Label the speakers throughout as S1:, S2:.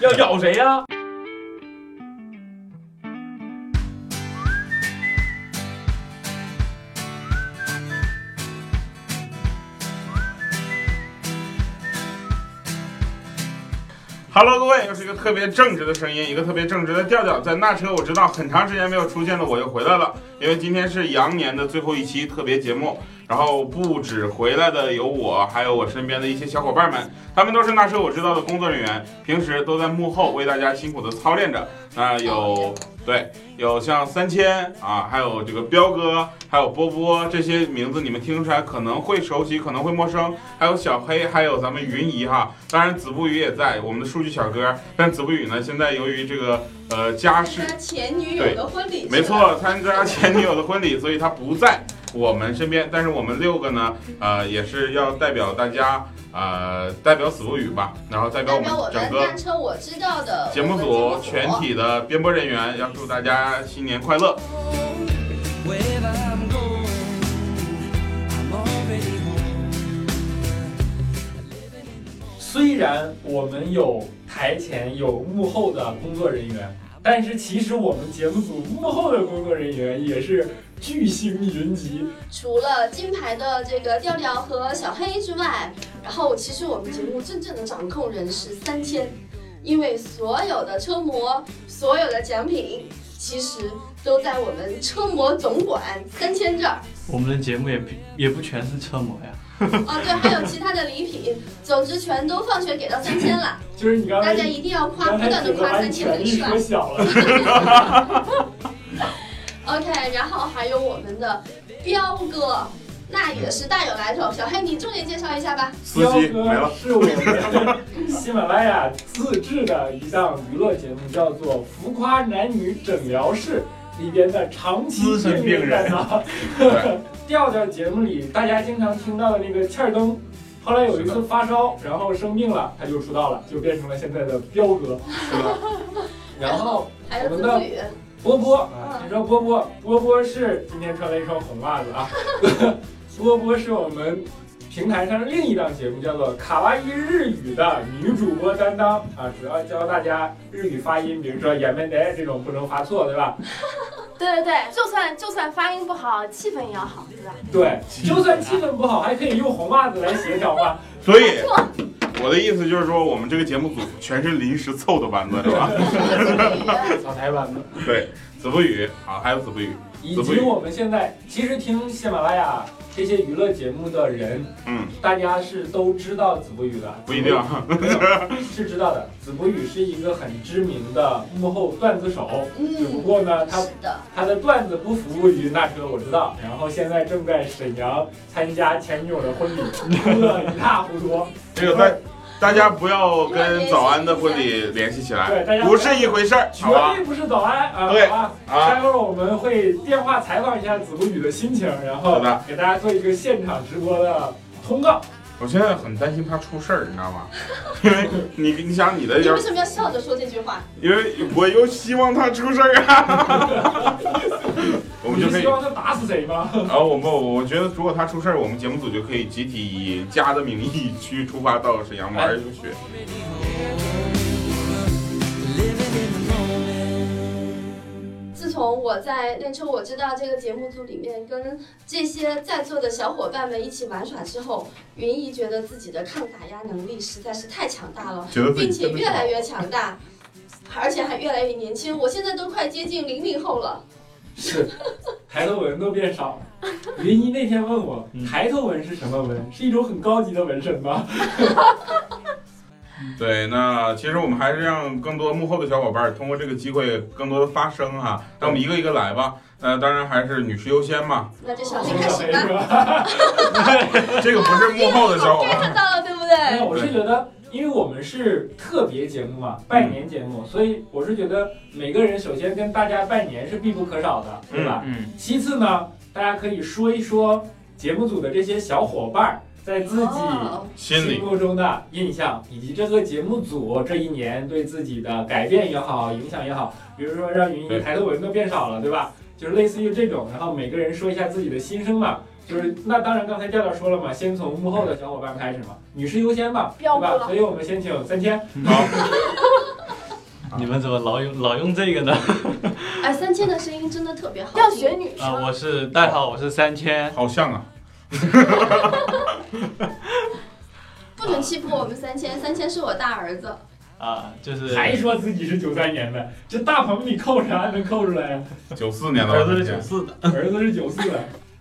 S1: 要咬谁呀、
S2: Hello，各位，又是一个特别正直的声音，一个特别正直的调调。在那车我知道很长时间没有出现了，我又回来了，因为今天是羊年的最后一期特别节目。然后不止回来的有我，还有我身边的一些小伙伴们，他们都是那车我知道的工作人员，平时都在幕后为大家辛苦的操练着。那有对有像三千啊，还有这个彪哥，还有波波这些名字，你们听出来可能会熟悉，可能会陌生。还有小黑，还有咱们云姨哈，当然子不语也在，我们的数据小哥。但子不语呢，现在由于这个呃家事
S3: 那前女友的婚礼，
S2: 没，错，参加前女友的婚礼，所以他不在我们身边。但是我们六个呢，呃，也是要代表大家，呃，代表死不语吧，然后代表
S3: 代
S2: 我们
S3: 表我
S2: 整
S3: 们
S2: 个
S3: 单车我知道的
S2: 节目
S3: 我
S2: 组
S3: 们
S2: 全体的编播人员，要祝大家新年快乐。
S4: Wherever I'm going, I'm already home.
S1: 虽然我们有台前有幕后的工作人员，但是其实我们节目组幕后的工作人员也是巨星云集。
S3: 除了金牌的这个调调和小黑之外，然后其实我们节目真正的掌控人是三千，因为所有的车模、所有的奖品，其实都在我们车模总管三千 这儿。
S5: 我们的节目也不也不全是车模呀，
S3: 哦，对，还有其他的礼品，总之全都放权给到三千了。
S1: 就是你刚
S3: 大
S1: 才
S3: 家一定要夸，
S1: 刚
S3: 不
S1: 才
S3: 断的
S1: 只是
S3: 夸
S1: 把
S3: 三
S1: 你
S3: 千
S1: 权
S3: 很
S1: 力
S3: 帅
S1: 说。小了，
S3: OK，然后还有我们的彪哥，那也是大有来头。小黑，你重点介绍一下吧。
S2: 司
S1: 彪
S2: 机没
S1: 哥
S2: 了，
S1: 是我们喜马拉雅自制的一档娱乐节目，叫做《浮夸男女诊疗室》里边的长期
S5: 资深病人
S1: 担当。 调调节目里大家经常听到的那个欠儿灯，后来有一次发烧，然后生病了，他就出道了，就变成了现在的彪哥，是吧？然后
S3: 还有
S1: 我
S3: 子
S1: 们的
S3: 宇，
S1: 波波，
S2: 嗯
S1: 啊，你说波波，波波是今天穿了一双红袜子啊。 波波是我们平台上另一档节目叫做《卡哇伊日语》的女主播担当啊，主要教大家日语发音，比如说“眼门呆”这种不能发错，对吧？
S6: 对对对，就算就算发音不好，气氛也要 好，对吧？
S1: 对，就算气氛不好，还可以用红袜子来协调嘛。
S2: 所以。我的意思就是说，我们这个节目组全是临时凑的班子，是 吧？
S3: 子宇，
S1: 草台班子，
S2: 对，子不语啊，还有子不语，
S1: 以及我们现在其实听喜马拉雅这些娱乐节目的人，
S2: 嗯，
S1: 大家是都知道子不语的，
S2: 不一定啊，
S1: 没有是知道的，子不语是一个很知名的幕后段子手，只不
S3: 嗯，
S1: 过呢，他
S3: 是的，
S1: 他的段子不服务于那车我知道，然后现在正在沈阳参加前女友的 婚礼，哭得一塌糊涂。
S2: 这个大大家不要跟早安的婚礼联系起来，
S1: 对，大家
S2: 不是一回事儿，
S1: 绝
S2: 好吧？
S1: 对不是早安啊，
S2: 对
S1: 好吧？
S2: 啊
S1: 待会儿我们会电话采访一下子不语的心情，然后
S2: 好的
S1: 给大家做一个现场直播的通告。
S2: 我现在很担心他出事儿，你知道吗？因为你你想你
S1: 哎
S2: 的
S3: 你
S2: 要
S3: 为，什么要笑着说这句话？
S2: 因为我又希望他出事儿啊。 我们
S1: 你
S2: 就是可以
S1: 希，望他打死谁吗？
S2: 然后我们我觉得如果他出事儿，我们节目组就可以集体以家的名义去出发到沈阳玩一个雪。
S4: Living in the moment.
S3: 自从我在练车我知道这个节目组里面跟这些在座的小伙伴们一起玩耍之后，云姨觉得自己的抗打压能力实在是太强大了，
S2: 觉得自己 真
S3: 并且
S2: 的
S3: 越来越强大，而且还越来越年轻。我现在都快接近零零后了。
S1: 是，抬头纹都 变少了。云姨那天问我，
S2: 嗯
S1: 抬头纹是什么纹？是一种很高级的纹身吗？
S2: 对，那其实我们还是让更多幕后的小伙伴儿通过这个机会更多的发声哈、那我们一个一个来吧。那、当然还是女士优先嘛，
S3: 那就小
S1: 我
S3: 黑
S1: 是
S3: 开
S1: 小
S3: 始
S1: 黑
S3: 吧
S1: 是。吧？
S2: 这个不是幕后的小伙伴儿。
S3: get 到了，对不
S1: 没有，
S3: 对？
S1: 我是觉得，因为我们是特别节目嘛，拜年节目，所以我是觉得每个人首先跟大家拜年是必不可少的，对吧？
S5: 嗯，
S1: 其次呢，大家可以说一说节目组的这些小伙伴儿在自己
S3: 哦
S2: 心
S1: 心
S2: 里
S1: 目中的印象，以及这个节目组这一年对自己的改变也好，影响也好，比如说让云
S2: 对
S1: 姨抬头纹都变少了，对吧？就是类似于这种，然后每个人说一下自己的心声嘛。就是那当然，刚才调调说了嘛，先从幕后的小伙伴开始嘛，女士优先嘛，对
S6: 标过
S1: 吧？
S6: 了
S1: 所以我们先请三千，
S2: 好，啊
S5: 你们怎么老用老用这个呢？
S3: 哎，三千的声音真的特别好听，
S6: 要学女
S5: 啊，
S6: 生，
S5: 我是大家好，我是三千。
S2: 好像啊，
S3: 不准欺负我们三千，三千是我大儿子。
S5: 啊，就是
S1: 还说自己是九三年的，这大棚你扣啥能扣出来呀、
S2: 九四年的
S5: 儿子啊是
S2: 今
S5: 九
S2: 天
S5: 四的。
S1: 儿子是九四的，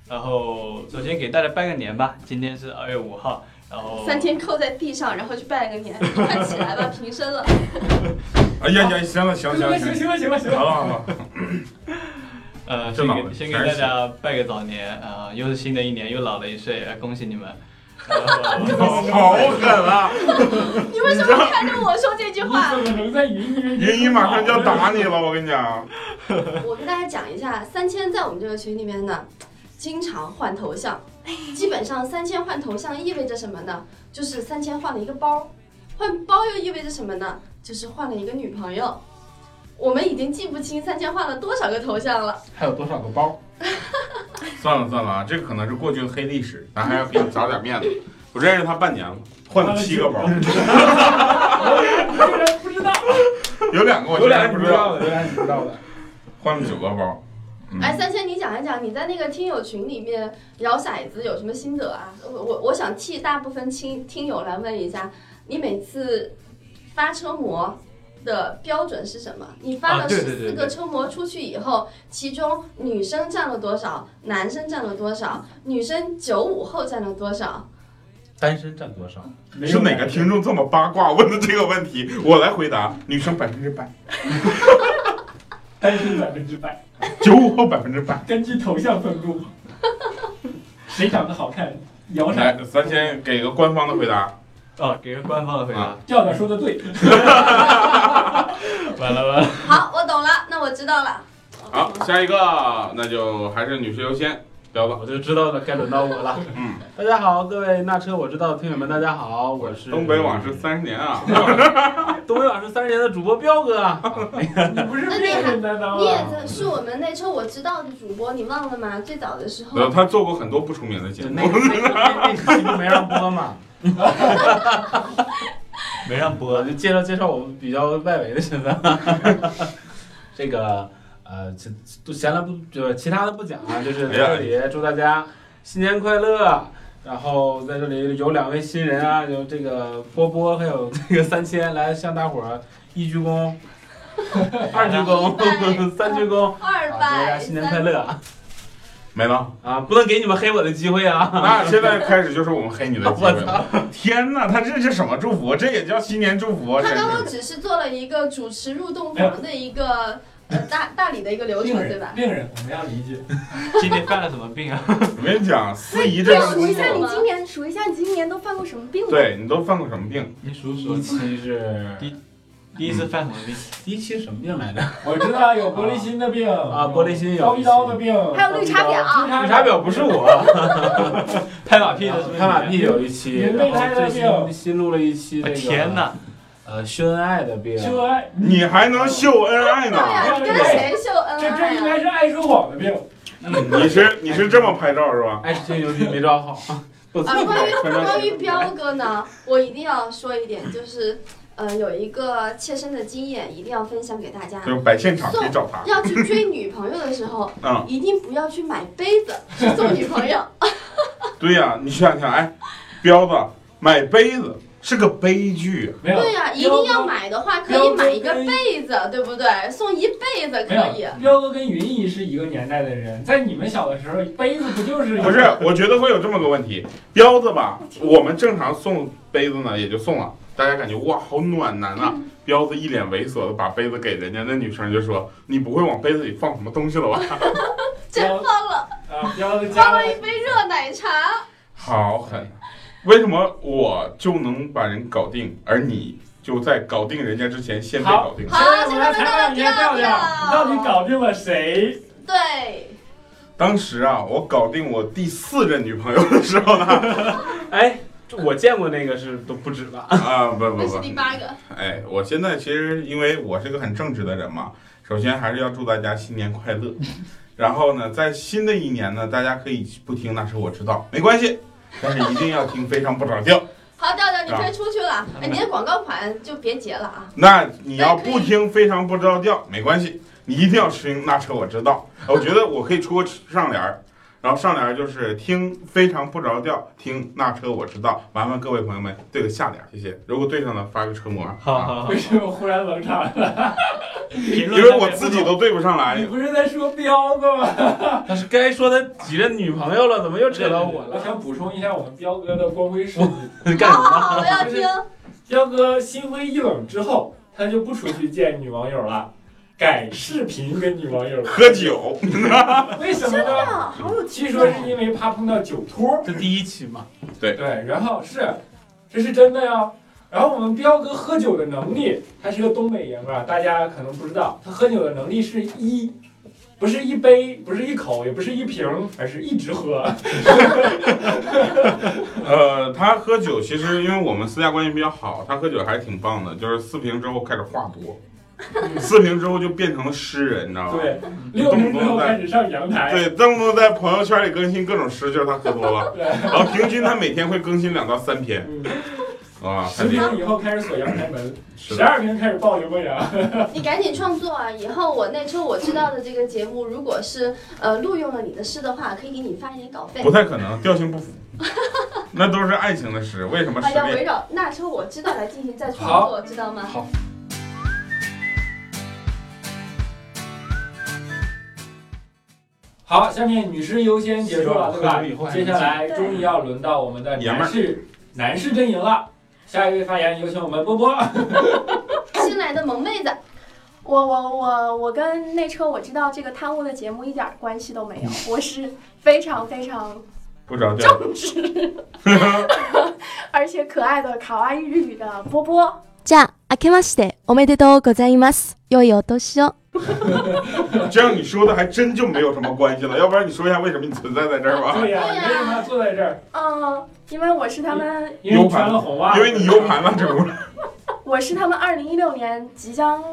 S5: 然后首先给大家拜个年吧，今天是二月五号，然后
S3: 三天扣在地上，然后去拜个年，快起来吧，平身了。
S2: 哎呀呀，行了 行了行了行
S1: 行行了行了行
S2: 了，
S1: 了，
S2: 好了好了，
S5: 呃，
S2: 这
S5: 先
S2: 脑
S5: 给
S2: 子
S5: 先给
S2: 全是
S5: 大
S2: 血
S5: 家拜个早年啊、呃又是新的一年，又老了一岁，呃、恭喜你们。 然后
S2: 好狠啊！
S6: 你为什么看着我说这句话？
S1: 你怎么能在云姨面前
S2: 云姨马上就要打你了，我跟你讲，
S3: 我跟大家讲一下，三千在我们这个群里面呢，经常换头像，基本上三千换头像意味着什么呢？就是三千换了一个包，换包又意味着什么呢？就是换了一个女朋友。我们已经记不清三千换了多少个头像了。
S2: 还有多少个包？ 算了算了啊，这可能是过去的黑历史，咱还要给你砸点面子。 我认识他半年了，换了七个包，
S1: 你竟然不知道，
S2: 有两个我
S1: 有
S2: 竟
S1: 俩
S2: 然
S1: 人
S2: 不
S1: 不
S2: 知
S1: 知
S2: 道，
S1: 道的，有俩人不知道的。
S2: 换了九个包。嗯
S3: 哎，三千，你讲一讲你在那个听友群里面摇骰子有什么心得啊？我我我想替大部分听听友来问一下，你每次发车模的标准是什么？你发
S5: 啊
S3: 了
S5: 对
S3: 十
S5: 对对
S3: 四
S5: 对
S3: 个车模出去以后，其中女生占了多少？男生占了多少？女生九五后占了多少？
S7: 单身占多少？
S2: 是哪个听众这么八卦问的这个问题？我来回答：女生百分之百，
S1: 单身百分之百，
S2: 九五后百分之百。
S1: 根据头像分布， 谁长得好看，摇骰
S2: 来，咱先给个官方的回答。
S5: 哦，给个官方的回答。
S2: 啊
S1: 调调说的对，
S5: 完了完了，
S3: 好，我懂了，那我知道了。
S2: 好，下一个那就还是女士优先，彪子。
S7: 我就知道了，该轮到我了。
S2: 嗯，
S7: 大家好，各位那车我知道的听友们，大家好，我是
S2: 东北往事三十年啊，
S7: 东北往事三十年的主播彪哥 啊。
S1: 你不是变身担当啊
S3: 你也
S1: 了？
S3: 是我们那车我知道的主播，你忘了吗？最早的时候
S2: 呃，他做过很多不出名的节
S7: 就
S2: 目
S7: 那。个那个那那期不没让播嘛，
S5: 没让播
S7: 我。就介绍介绍我们比较外围的身份。 这个呃，其都闲了不就是其他的不讲啊，就是在这里祝大家新年快乐。然后在这里有两位新人啊，有这个波波还有这个三千来向大伙儿一鞠躬，二鞠躬，三鞠躬，
S3: 二
S7: 啊祝大家
S3: 百
S7: 新年快乐啊！
S2: 没了，
S7: 啊，不能给你们黑我的机会啊！
S2: 那现在开始就是我们黑你 的机会
S7: 我
S2: 了。天哪，他这是什么祝福？这也叫新年祝福？啊
S3: 他
S2: 真
S3: 刚刚
S2: 是。
S3: 只是做了一个主持入洞房的一个呃大大理的一个流程，
S1: 令
S3: 对
S1: 人
S3: 吧？
S1: 令人，我们要理解。
S5: 今天犯了什么病啊？
S2: 我跟你讲，司仪这
S3: 对
S2: 个
S3: 啊
S6: 数
S2: 东
S6: 一
S2: 西
S6: 下，你今年，数一下你今年都犯过什么病吧？
S2: 对你都犯过什么病？
S5: 你数
S7: 第
S5: 数
S2: 嗯
S7: 一，期是
S5: 第第一次犯什么病？
S7: 第一期什么病来着？
S1: 我知道有玻璃心的病
S7: 啊玻璃心有
S1: 刀逼刀的病，
S6: 还有绿茶婊，
S7: 绿茶婊不是我，
S5: 拍马屁的是不是？
S7: 拍马屁。有一期，
S1: 人类
S7: 然
S1: 拍
S7: 后最
S1: 的
S7: 新新录了一期
S5: 我
S7: 这个
S5: 啊天，哪！
S7: 呃，秀恩爱的病，
S1: 秀恩爱，
S2: 你还能秀恩爱
S3: 对啊呀、
S2: 呢？
S3: 你跟谁秀恩
S1: 这这应
S3: 爱、啊？
S1: 该是爱说谎的病。
S2: 你是你是这么拍照是吧？
S7: 爱情牛逼没照好。不
S3: 啊，关于
S7: 反正
S3: 关于彪哥呢，我一定要说一点，就是呃有一个切身的经验，一定要分享给大家。
S2: 就是摆现场可以找他。
S3: 要去追女朋友的时候，
S2: 嗯
S3: 一定不要去买杯子去送女朋友。
S2: 对呀、你想想，哎，彪子买杯子是个悲剧，啊
S1: 没有，
S3: 对呀、一定要买的话，可以买一个被子，对不对？送一被
S1: 没
S3: 子可以
S1: 有。。彪哥跟云姨是一个年代的人，在你们小的时候，杯子不就是
S2: 不是？我觉得会有这么个问题，彪子吧，我们正常送杯子呢也就送了，大家感觉哇好暖男啊。彪子一脸猥琐的把杯子给人家，那女生就说：“你不会往杯子里放什么东西了吧
S3: 真放了，
S1: 啊？彪子
S3: 放
S1: 加
S3: 了
S1: 了
S3: 一杯热奶茶，？”
S2: 好狠，为什么我就能把人搞定，而你就在搞定人家之前先被搞定？
S3: 好，
S1: 现在
S3: 现
S1: 我
S3: 在
S1: 们
S3: 轮
S1: 采
S3: 到
S1: 访一下调
S3: 调
S1: 调，你到底
S3: 调，
S1: 搞定了谁？
S3: 对，
S2: 当时啊，我搞定我第四任女朋友的时候呢，
S7: 哎，我见过那个是都不止吧？
S2: 啊不不
S3: 那是
S2: 不
S3: 第，八个，
S2: 哎，我现 在其实因为我是个很正直的人嘛，首先还是要祝大家新年快乐。然后呢，在新的一年呢，大家可以不听，那是我知道，没关系，但是一定要听，非常不着调。
S3: 好，调调，你
S2: 啊
S3: 可以出去了。哎，你的广告款就别结了 啊。
S2: 那你要不听，非常不着调，没关系，你一定要听。那车我知道，我觉得我可以出个上联儿，然后上联儿就是听非常不着调，听那车我知道。麻烦各位朋友们对个下联儿，谢谢。如果对上了，发个车模。
S5: 好
S2: 啊，
S5: 好好
S1: 为，什么忽然冷场了？
S5: 因
S2: 因为我自己都对不上来。
S1: 你
S5: 嗯
S1: 不是在说彪哥吗？
S7: 那是该说他几任女朋友了，怎么又扯到我
S1: 我
S7: 了？
S1: 想补充一下我们彪哥的光辉事 迹。
S7: 干什
S3: 好好
S7: 么？
S2: 啊
S3: 好，我要听。
S1: 彪哥心灰意冷之后，他就不出去见女网友了，改视频跟女网友
S2: 喝，酒，
S1: 为什么
S3: 真的
S1: 呢？
S3: 好有
S1: 据
S3: 趣啊
S1: 说是因为怕碰到酒托。
S7: 这第一期嘛，
S1: 对，然后是，这是真的呀。然后我们彪哥喝酒的能力，他是个东北爷们儿，大家可能不知道，他喝酒的能力是一，不是一杯，不是一口，也不是一瓶，而是一直喝。
S2: 啊呃，他喝酒其实因为我们私下关系比较好，他喝酒还是挺棒的，就是四瓶之后开始话多，四瓶之后就变成了诗人，你知道吧？
S1: 对，六瓶之后开始上阳台。
S2: 对，邓不在朋友圈里更新各种诗，就是他喝多了，
S1: 对，
S2: 然后平均他每天会更新两到三篇
S1: 嗯，
S2: 啊，
S1: 十
S2: 很厉害，
S1: 瓶以后开始锁阳台门，
S2: 是
S1: 十
S2: 的，
S1: 二瓶开始抱刘伯阳。
S3: 你赶紧创作啊！以后我那车我知道的这个节目，如果是呃录用了你的诗的话，可以给你发一点稿费
S2: 不。太可能，调性不符，那都是爱情的诗，为什么
S3: 啊，
S2: 失
S3: 要
S2: 恋？
S3: 围绕那车我知道来进行再创作，知道吗？
S7: 好
S1: 好，下面女士优先结束了，对吧
S7: 喝了以后？还
S1: 接
S7: 能
S1: 下来终于要轮到我们的
S2: 爷们
S1: 男
S2: 儿
S1: 士男士阵营了。下一位发言有请我们波波。
S3: 新来的萌妹子，
S6: 我我我我跟那车我知道这个贪污的节目一点儿关系都没有，我是非常非常
S2: 不着调，
S6: 而且可爱的卡哇伊日语的波波。
S8: じゃあ、明けましておめでとうございます。良いお年を。
S2: 这样你说的还真就没有什么关系了，要不然你说一下为什么你存在在这儿吧？
S1: 对呀、
S3: 对
S1: 你
S3: 呀
S1: 为什么要坐在这儿？
S6: 嗯，因为我是他们，
S1: 因为你穿了红袜子。
S2: 因为你 U 盘了，这不是
S6: 我是他们二零一六年即将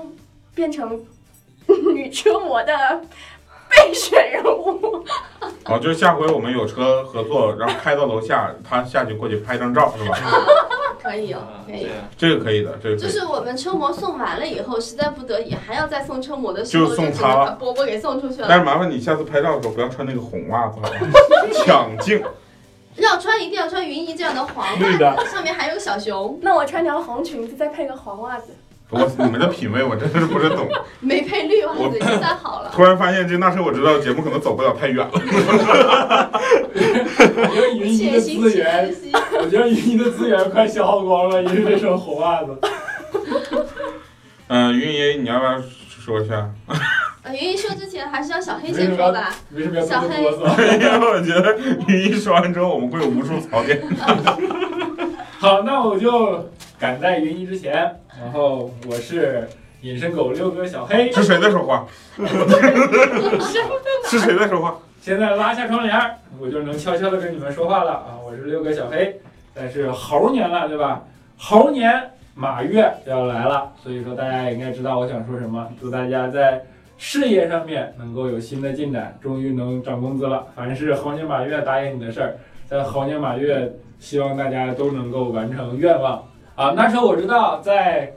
S6: 变成 女车模的备选人物。
S2: 哦，就是下回我们有车合作，然后开到楼下，他下去过去拍张照是吧？
S3: 可以哦，可以。
S5: 对啊，
S2: 这个可以的，这个可
S3: 就
S2: 以。
S3: 是我们车模送完了以后，实在不得已还要再送车模的时候，
S2: 就
S3: 就
S2: 送
S3: 只
S2: 他
S3: 能把波波给送出去
S2: 但
S3: 了。
S2: 是麻烦你下次拍照的时候不要穿那个红袜子，好吧 抢镜。
S3: 要穿一定要穿云衣这样的黄
S7: 对
S3: 袜
S7: 的
S3: 子，上面还有个小熊，
S6: 那我穿条红裙子，再配个黄袜子。
S2: 我你们的品味我真是不是懂。
S3: 没配绿袜
S2: 我
S3: 子就算好了。
S2: 突然发现这那是我知道的节目可能走不了太远了。
S1: 因为 云姨
S3: 且
S1: 的
S3: 行
S1: 资
S3: 且
S1: 源，
S3: 惜，
S1: 我觉得云姨的资源快消耗光了，因为这身红袜子。
S2: 嗯、云爷，你要不要说一下？
S3: 呃云姨说之前还是让小黑先说吧。
S1: 为什么要这么啰嗦？
S2: 因为我觉得云一说完之后，我们会有无数槽点。
S1: 好，那我就赶在云姨之前。然后我是隐身狗六哥小黑，
S2: 是谁在说话？是谁在说话？
S1: 现在拉下窗帘儿，我就能悄悄的跟你们说话了啊！我是六哥小黑，但是猴年了，对吧？猴年马月就要来了，所以说大家也应该知道我想说什么。祝大家在事业上面能够有新的进展，终于能涨工资了。凡是猴年马月答应你的事儿，在猴年马月，希望大家都能够完成愿望啊！那时候我知道，在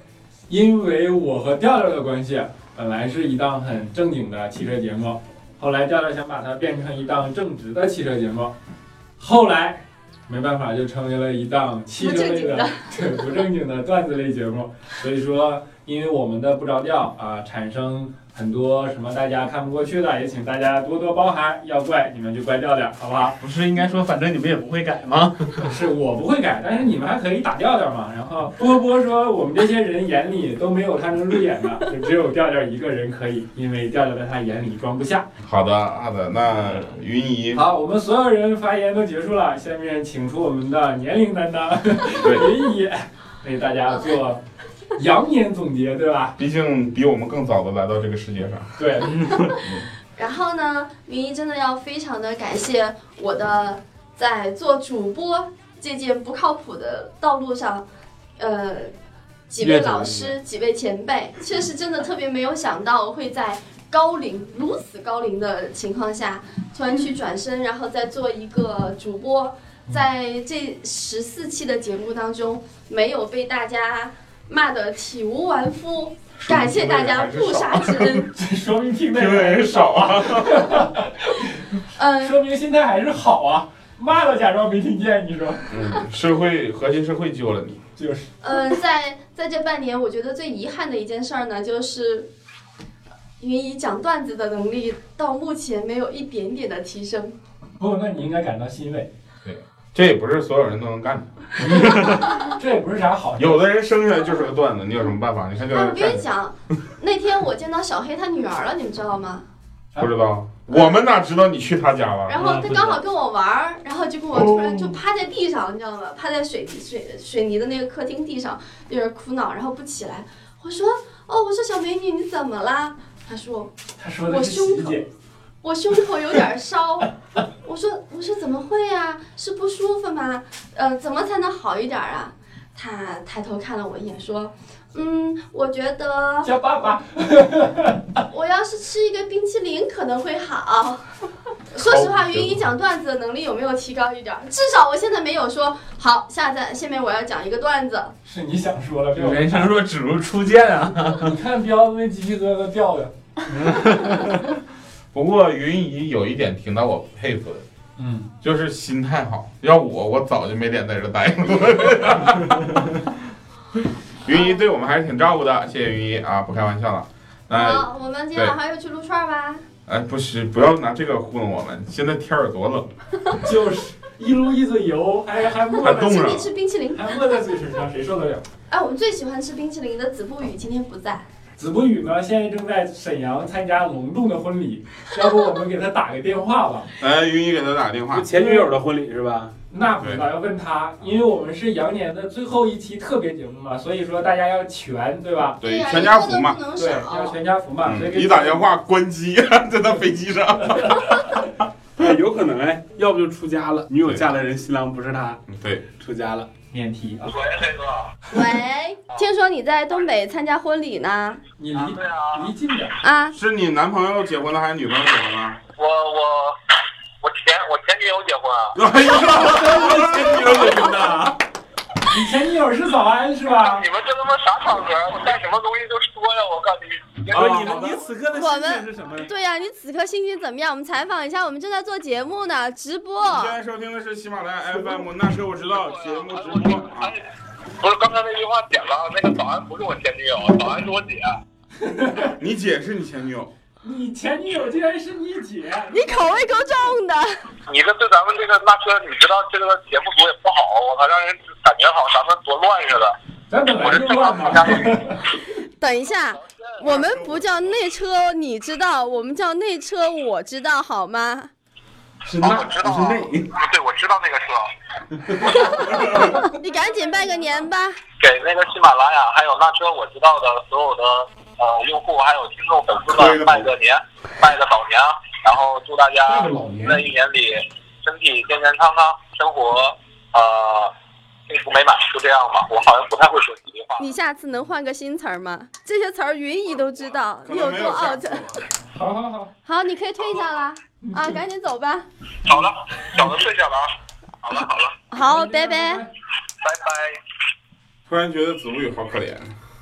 S1: 因为我和调调的关系，啊本来是一档很正经的汽车节目。后来调调想把它变成一档正直的汽车节目，后来没办法就成为了一档汽车类的 对不正经的段子类节目。所以说，因为我们的不着调啊、产生很多什么大家看不过去的，也请大家多多包涵。要怪你们就怪调调，好不好？
S7: 不是应该说反正你们也不会改吗？
S1: 是我不会改，但是你们还可以打调调嘛。然后波波说，我们这些人眼里都没有他能入眼的，就只有调调一个人可以，因为调调在他眼里装不下。
S2: 好的，好的，那云姨
S1: 好，我们所有人发言都结束了，下面请出我们的年龄担当云姨，为大家做羊年总结，对吧？
S2: 毕竟比我们更早的来到这个世界上，
S1: 对，
S3: 然后呢，云姨真的要非常的感谢我的在做主播这件不靠谱的道路上，呃，几位老师、几位前辈，确实真的特别没有想到我会在高龄如此高龄的情况下，突然去转身，然后再做一个主播，在这十四期的节目当中，没有被大家骂得体无完肤，感谢大家不杀之 恩。
S1: 说明听的
S2: 听的
S1: 人
S2: 人少啊。
S3: 嗯，
S1: 说明心态还是好啊。骂都假装没听见，你说
S2: 嗯，社会核心社会救了你。
S1: 就是
S3: 呃，在在这半年，我觉得最遗憾的一件事儿呢，就是云姨讲段子的能力到目前没有一点点的提升。
S1: 不，那你应该感到欣慰，
S2: 这也不是所有人都能干的，
S1: 这也不是啥好事。
S2: 有的人生下来就是个段子，你有什么办法？你看这
S3: 啊，
S2: 个
S3: 我跟你讲，那天我见到小黑他女儿了，你们知道吗？
S2: 不知道，我们哪知道你去他家了？
S3: 然后他刚好跟我玩儿，然后就跟我突然就趴在地上，你知道吗？趴在水水水泥的那个客厅地上，有点苦恼，然后不起来。我说：“哦，我说小美女，你怎么啦？”他说
S1: 他说的是洗衣姐，：“
S3: 我胸口有点烧。”我说：“我说怎么会呀、是不舒服吗？呃，怎么才能好一点儿啊？”他抬头看了我一眼，说：“嗯，我觉得
S1: 叫爸爸。
S3: 我要是吃一个冰淇淋可能会好。说实话，云姨讲段子的能力有没有提高一点儿？至少我现在没有说好，下在下面我要讲一个段子。
S1: 是你想说了，彪
S7: 有，人常说只如初见啊，
S1: 你看彪子那鸡皮疙瘩掉的。
S2: 不过云姨有一点挺让我佩服的，
S1: 嗯，
S2: 就是心态好。要我，我早就没脸在这待了。 云姨对我们还是挺照顾的，谢谢云姨啊，不开玩笑了。那
S3: 好，我们今天晚上又去撸串儿吧。
S2: 哎，不是，不要拿这个糊弄我们。现在天儿多冷，
S1: 就是一撸一嘴油，还还沫
S2: 还
S1: 在
S2: 冻
S3: 请
S2: 上
S3: 你
S2: 了。
S3: 吃冰淇淋。
S1: 还沫在嘴唇上，谁受得了？
S3: 哎，我们最喜欢吃冰淇淋的子不语今天不在，
S1: 子不语呢，现在正在沈阳参加隆重的婚礼，要不我们给他打个电话吧？
S2: 哎，云姨给他打电话
S7: 就，前女友的婚礼是吧？
S1: 那不知道要问他，因为我们是羊年的最后一期特别节目嘛，所以说大家要全，对吧？
S2: 对，
S3: 哎呀、
S2: 全
S3: 一
S2: 家
S3: 个
S2: 福
S3: 都
S2: 嘛
S3: 不。能
S1: 对，要
S3: 少。
S1: 全家福嘛，所以
S2: 嗯，
S1: 给
S2: 一打电话关机， 在他飞机上。
S7: 哎有可能哎，要不就出家了，女友嫁了人，新郎不是他，
S2: 嗯对，
S7: 出家了。
S5: 免提啊，
S3: 喂，听说你在东北参加婚礼呢？
S1: 你离离近点，
S3: 啊，
S2: 是你男朋友结婚了还是女朋友结婚了？
S9: 我我我前我前女友结婚，
S2: 哎呀， 前女友结婚
S7: 啊
S2: 的。
S1: 你前女友是早安是吧？
S9: 你们这他妈啥场合？我干什么东西都说呀！我告诉你，别
S7: 不
S9: 说
S7: 是你
S9: 你们
S7: 们，你此刻的
S3: 我
S7: 心
S3: 们
S7: 情是什么？
S3: 对呀、你此刻心情怎么样？我们采访一下，我们正在做节目呢，直播。
S2: 现在收听的是喜马拉雅 FM，那车我知道节目直播啊。
S9: 不是刚才那句话点了，那个早安不是我前女友，早安是我姐。
S2: 你姐是你前女友，
S1: 你前女友竟然是你姐，
S3: 你口味够重的。
S9: 你这对咱们这个那车，你知道这个节目组也不好，我操，让人感觉好像咱们多乱似的。
S1: 咱本
S9: 我
S1: 来
S9: 是
S1: 就
S9: 正
S1: 乱
S9: 常
S1: 嘛
S9: 参。加婚礼，
S3: 等一下，我们不叫内车，你知道，我们叫内车，我知道，好吗？
S7: 是
S9: 哦
S7: 那，
S9: 我知道
S7: 不
S9: 啊，
S7: 是内。
S9: 对，我知道那个车，
S3: 你赶紧拜个年吧。
S9: 给那个喜马拉雅还有那车我知道的所有的呃用户还有听众粉丝们拜个年，拜个早年，然后祝大家
S7: 拜个老年
S9: 在一年里身体健健康康，生活呃幸福美满，就这样吧。我好像不太会说吉利话。
S3: 你下次能换个新词儿吗？这些词儿云姨都知道，你有多 out？
S1: 好好好，
S3: 好，你可以退下了啊，赶紧走吧。
S9: 好了，小子睡下了啊。好了好了，
S3: 好，拜拜。。
S9: 拜拜。
S2: 突然觉得子不语好可怜，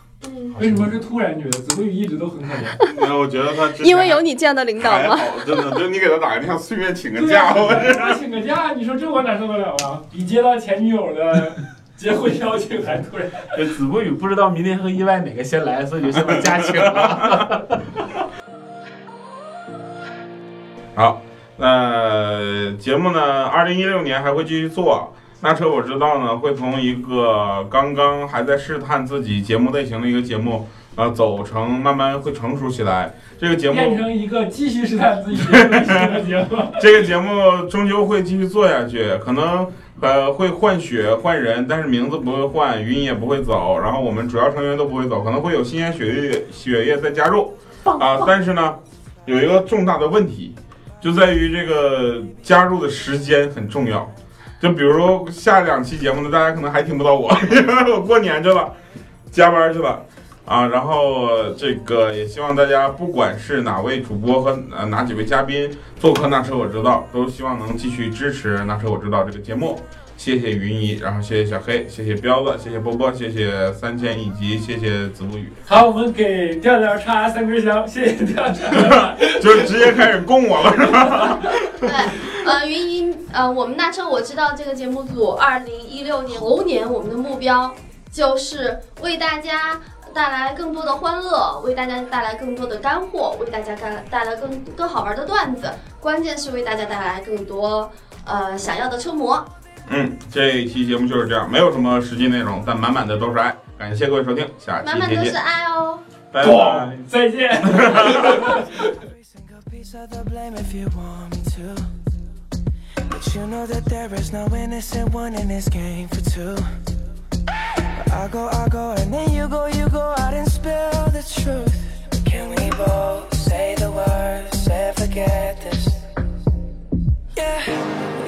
S1: 为什么是突然觉得子不语一直都很可怜？
S2: 然后我觉得他之前
S3: 因为有你这样的领导
S2: 还
S3: 吗？啊
S2: 好，真的， 就你给他打个电话，顺便 请个
S1: 对
S2: 假，
S1: 呀，
S2: 我这
S1: 我请个假，你说这我哪受得了啊？比接到前女友的 结婚邀请还突然。
S7: 这子不语不知道明天和意外哪个先来，所以就先把家请了。
S2: 好，那呃节目呢，二零一六年还会继续做。那车我知道呢，会从一个刚刚还在试探自己节目类型的一个节目，呃，走成慢慢会成熟起来。这个节目
S1: 变成一个继续试探自己的节目。
S2: 这个节目终究会继续做下去，可能呃会换血换人，但是名字不会换，云也不会走，然后我们主要成员都不会走，可能会有新鲜血液血液再加入
S6: 棒
S2: 啊、但是呢，有一个重大的问题，就在于这个加入的时间很重要。就比如说 下两期节目呢，大家可能还听不到我，因为我过年去了，加班去了。啊，然后呃这个也希望大家，不管是哪位主播和呃哪几位嘉宾做客《那车我知道》，都希望能继续支持《那车我知道》这个节目。谢谢云姨，然后谢谢小黑，谢谢彪子，谢谢波波，谢谢三千，以及谢谢子不语，
S1: 好，我们给调调插三根香，谢谢调调。
S2: 就是直接开始供我了。
S3: 对，呃，云姨，呃，我们那车我知道这个节目组二零一六年猴年，我们的目标就是为大家带来更多的欢乐，为大家带来更多的干货，为大家干带来更更好玩的段子，关键是为大家带来更多呃想要的车模。
S2: 嗯，这一期节目就是这样，没有什么实际内容，但满满的都是爱。感谢各位收听，下期
S3: 满满
S2: 再
S3: 都
S2: 见
S3: 是，爱哦。
S2: 拜拜。
S1: 再见。
S4: Every single piece of the blame if you want me to. But you know that there is no innocent one in this game for two. I go, I go, and then you go, you go out and spill the truth. Can we both say the words and forget this? Yeah.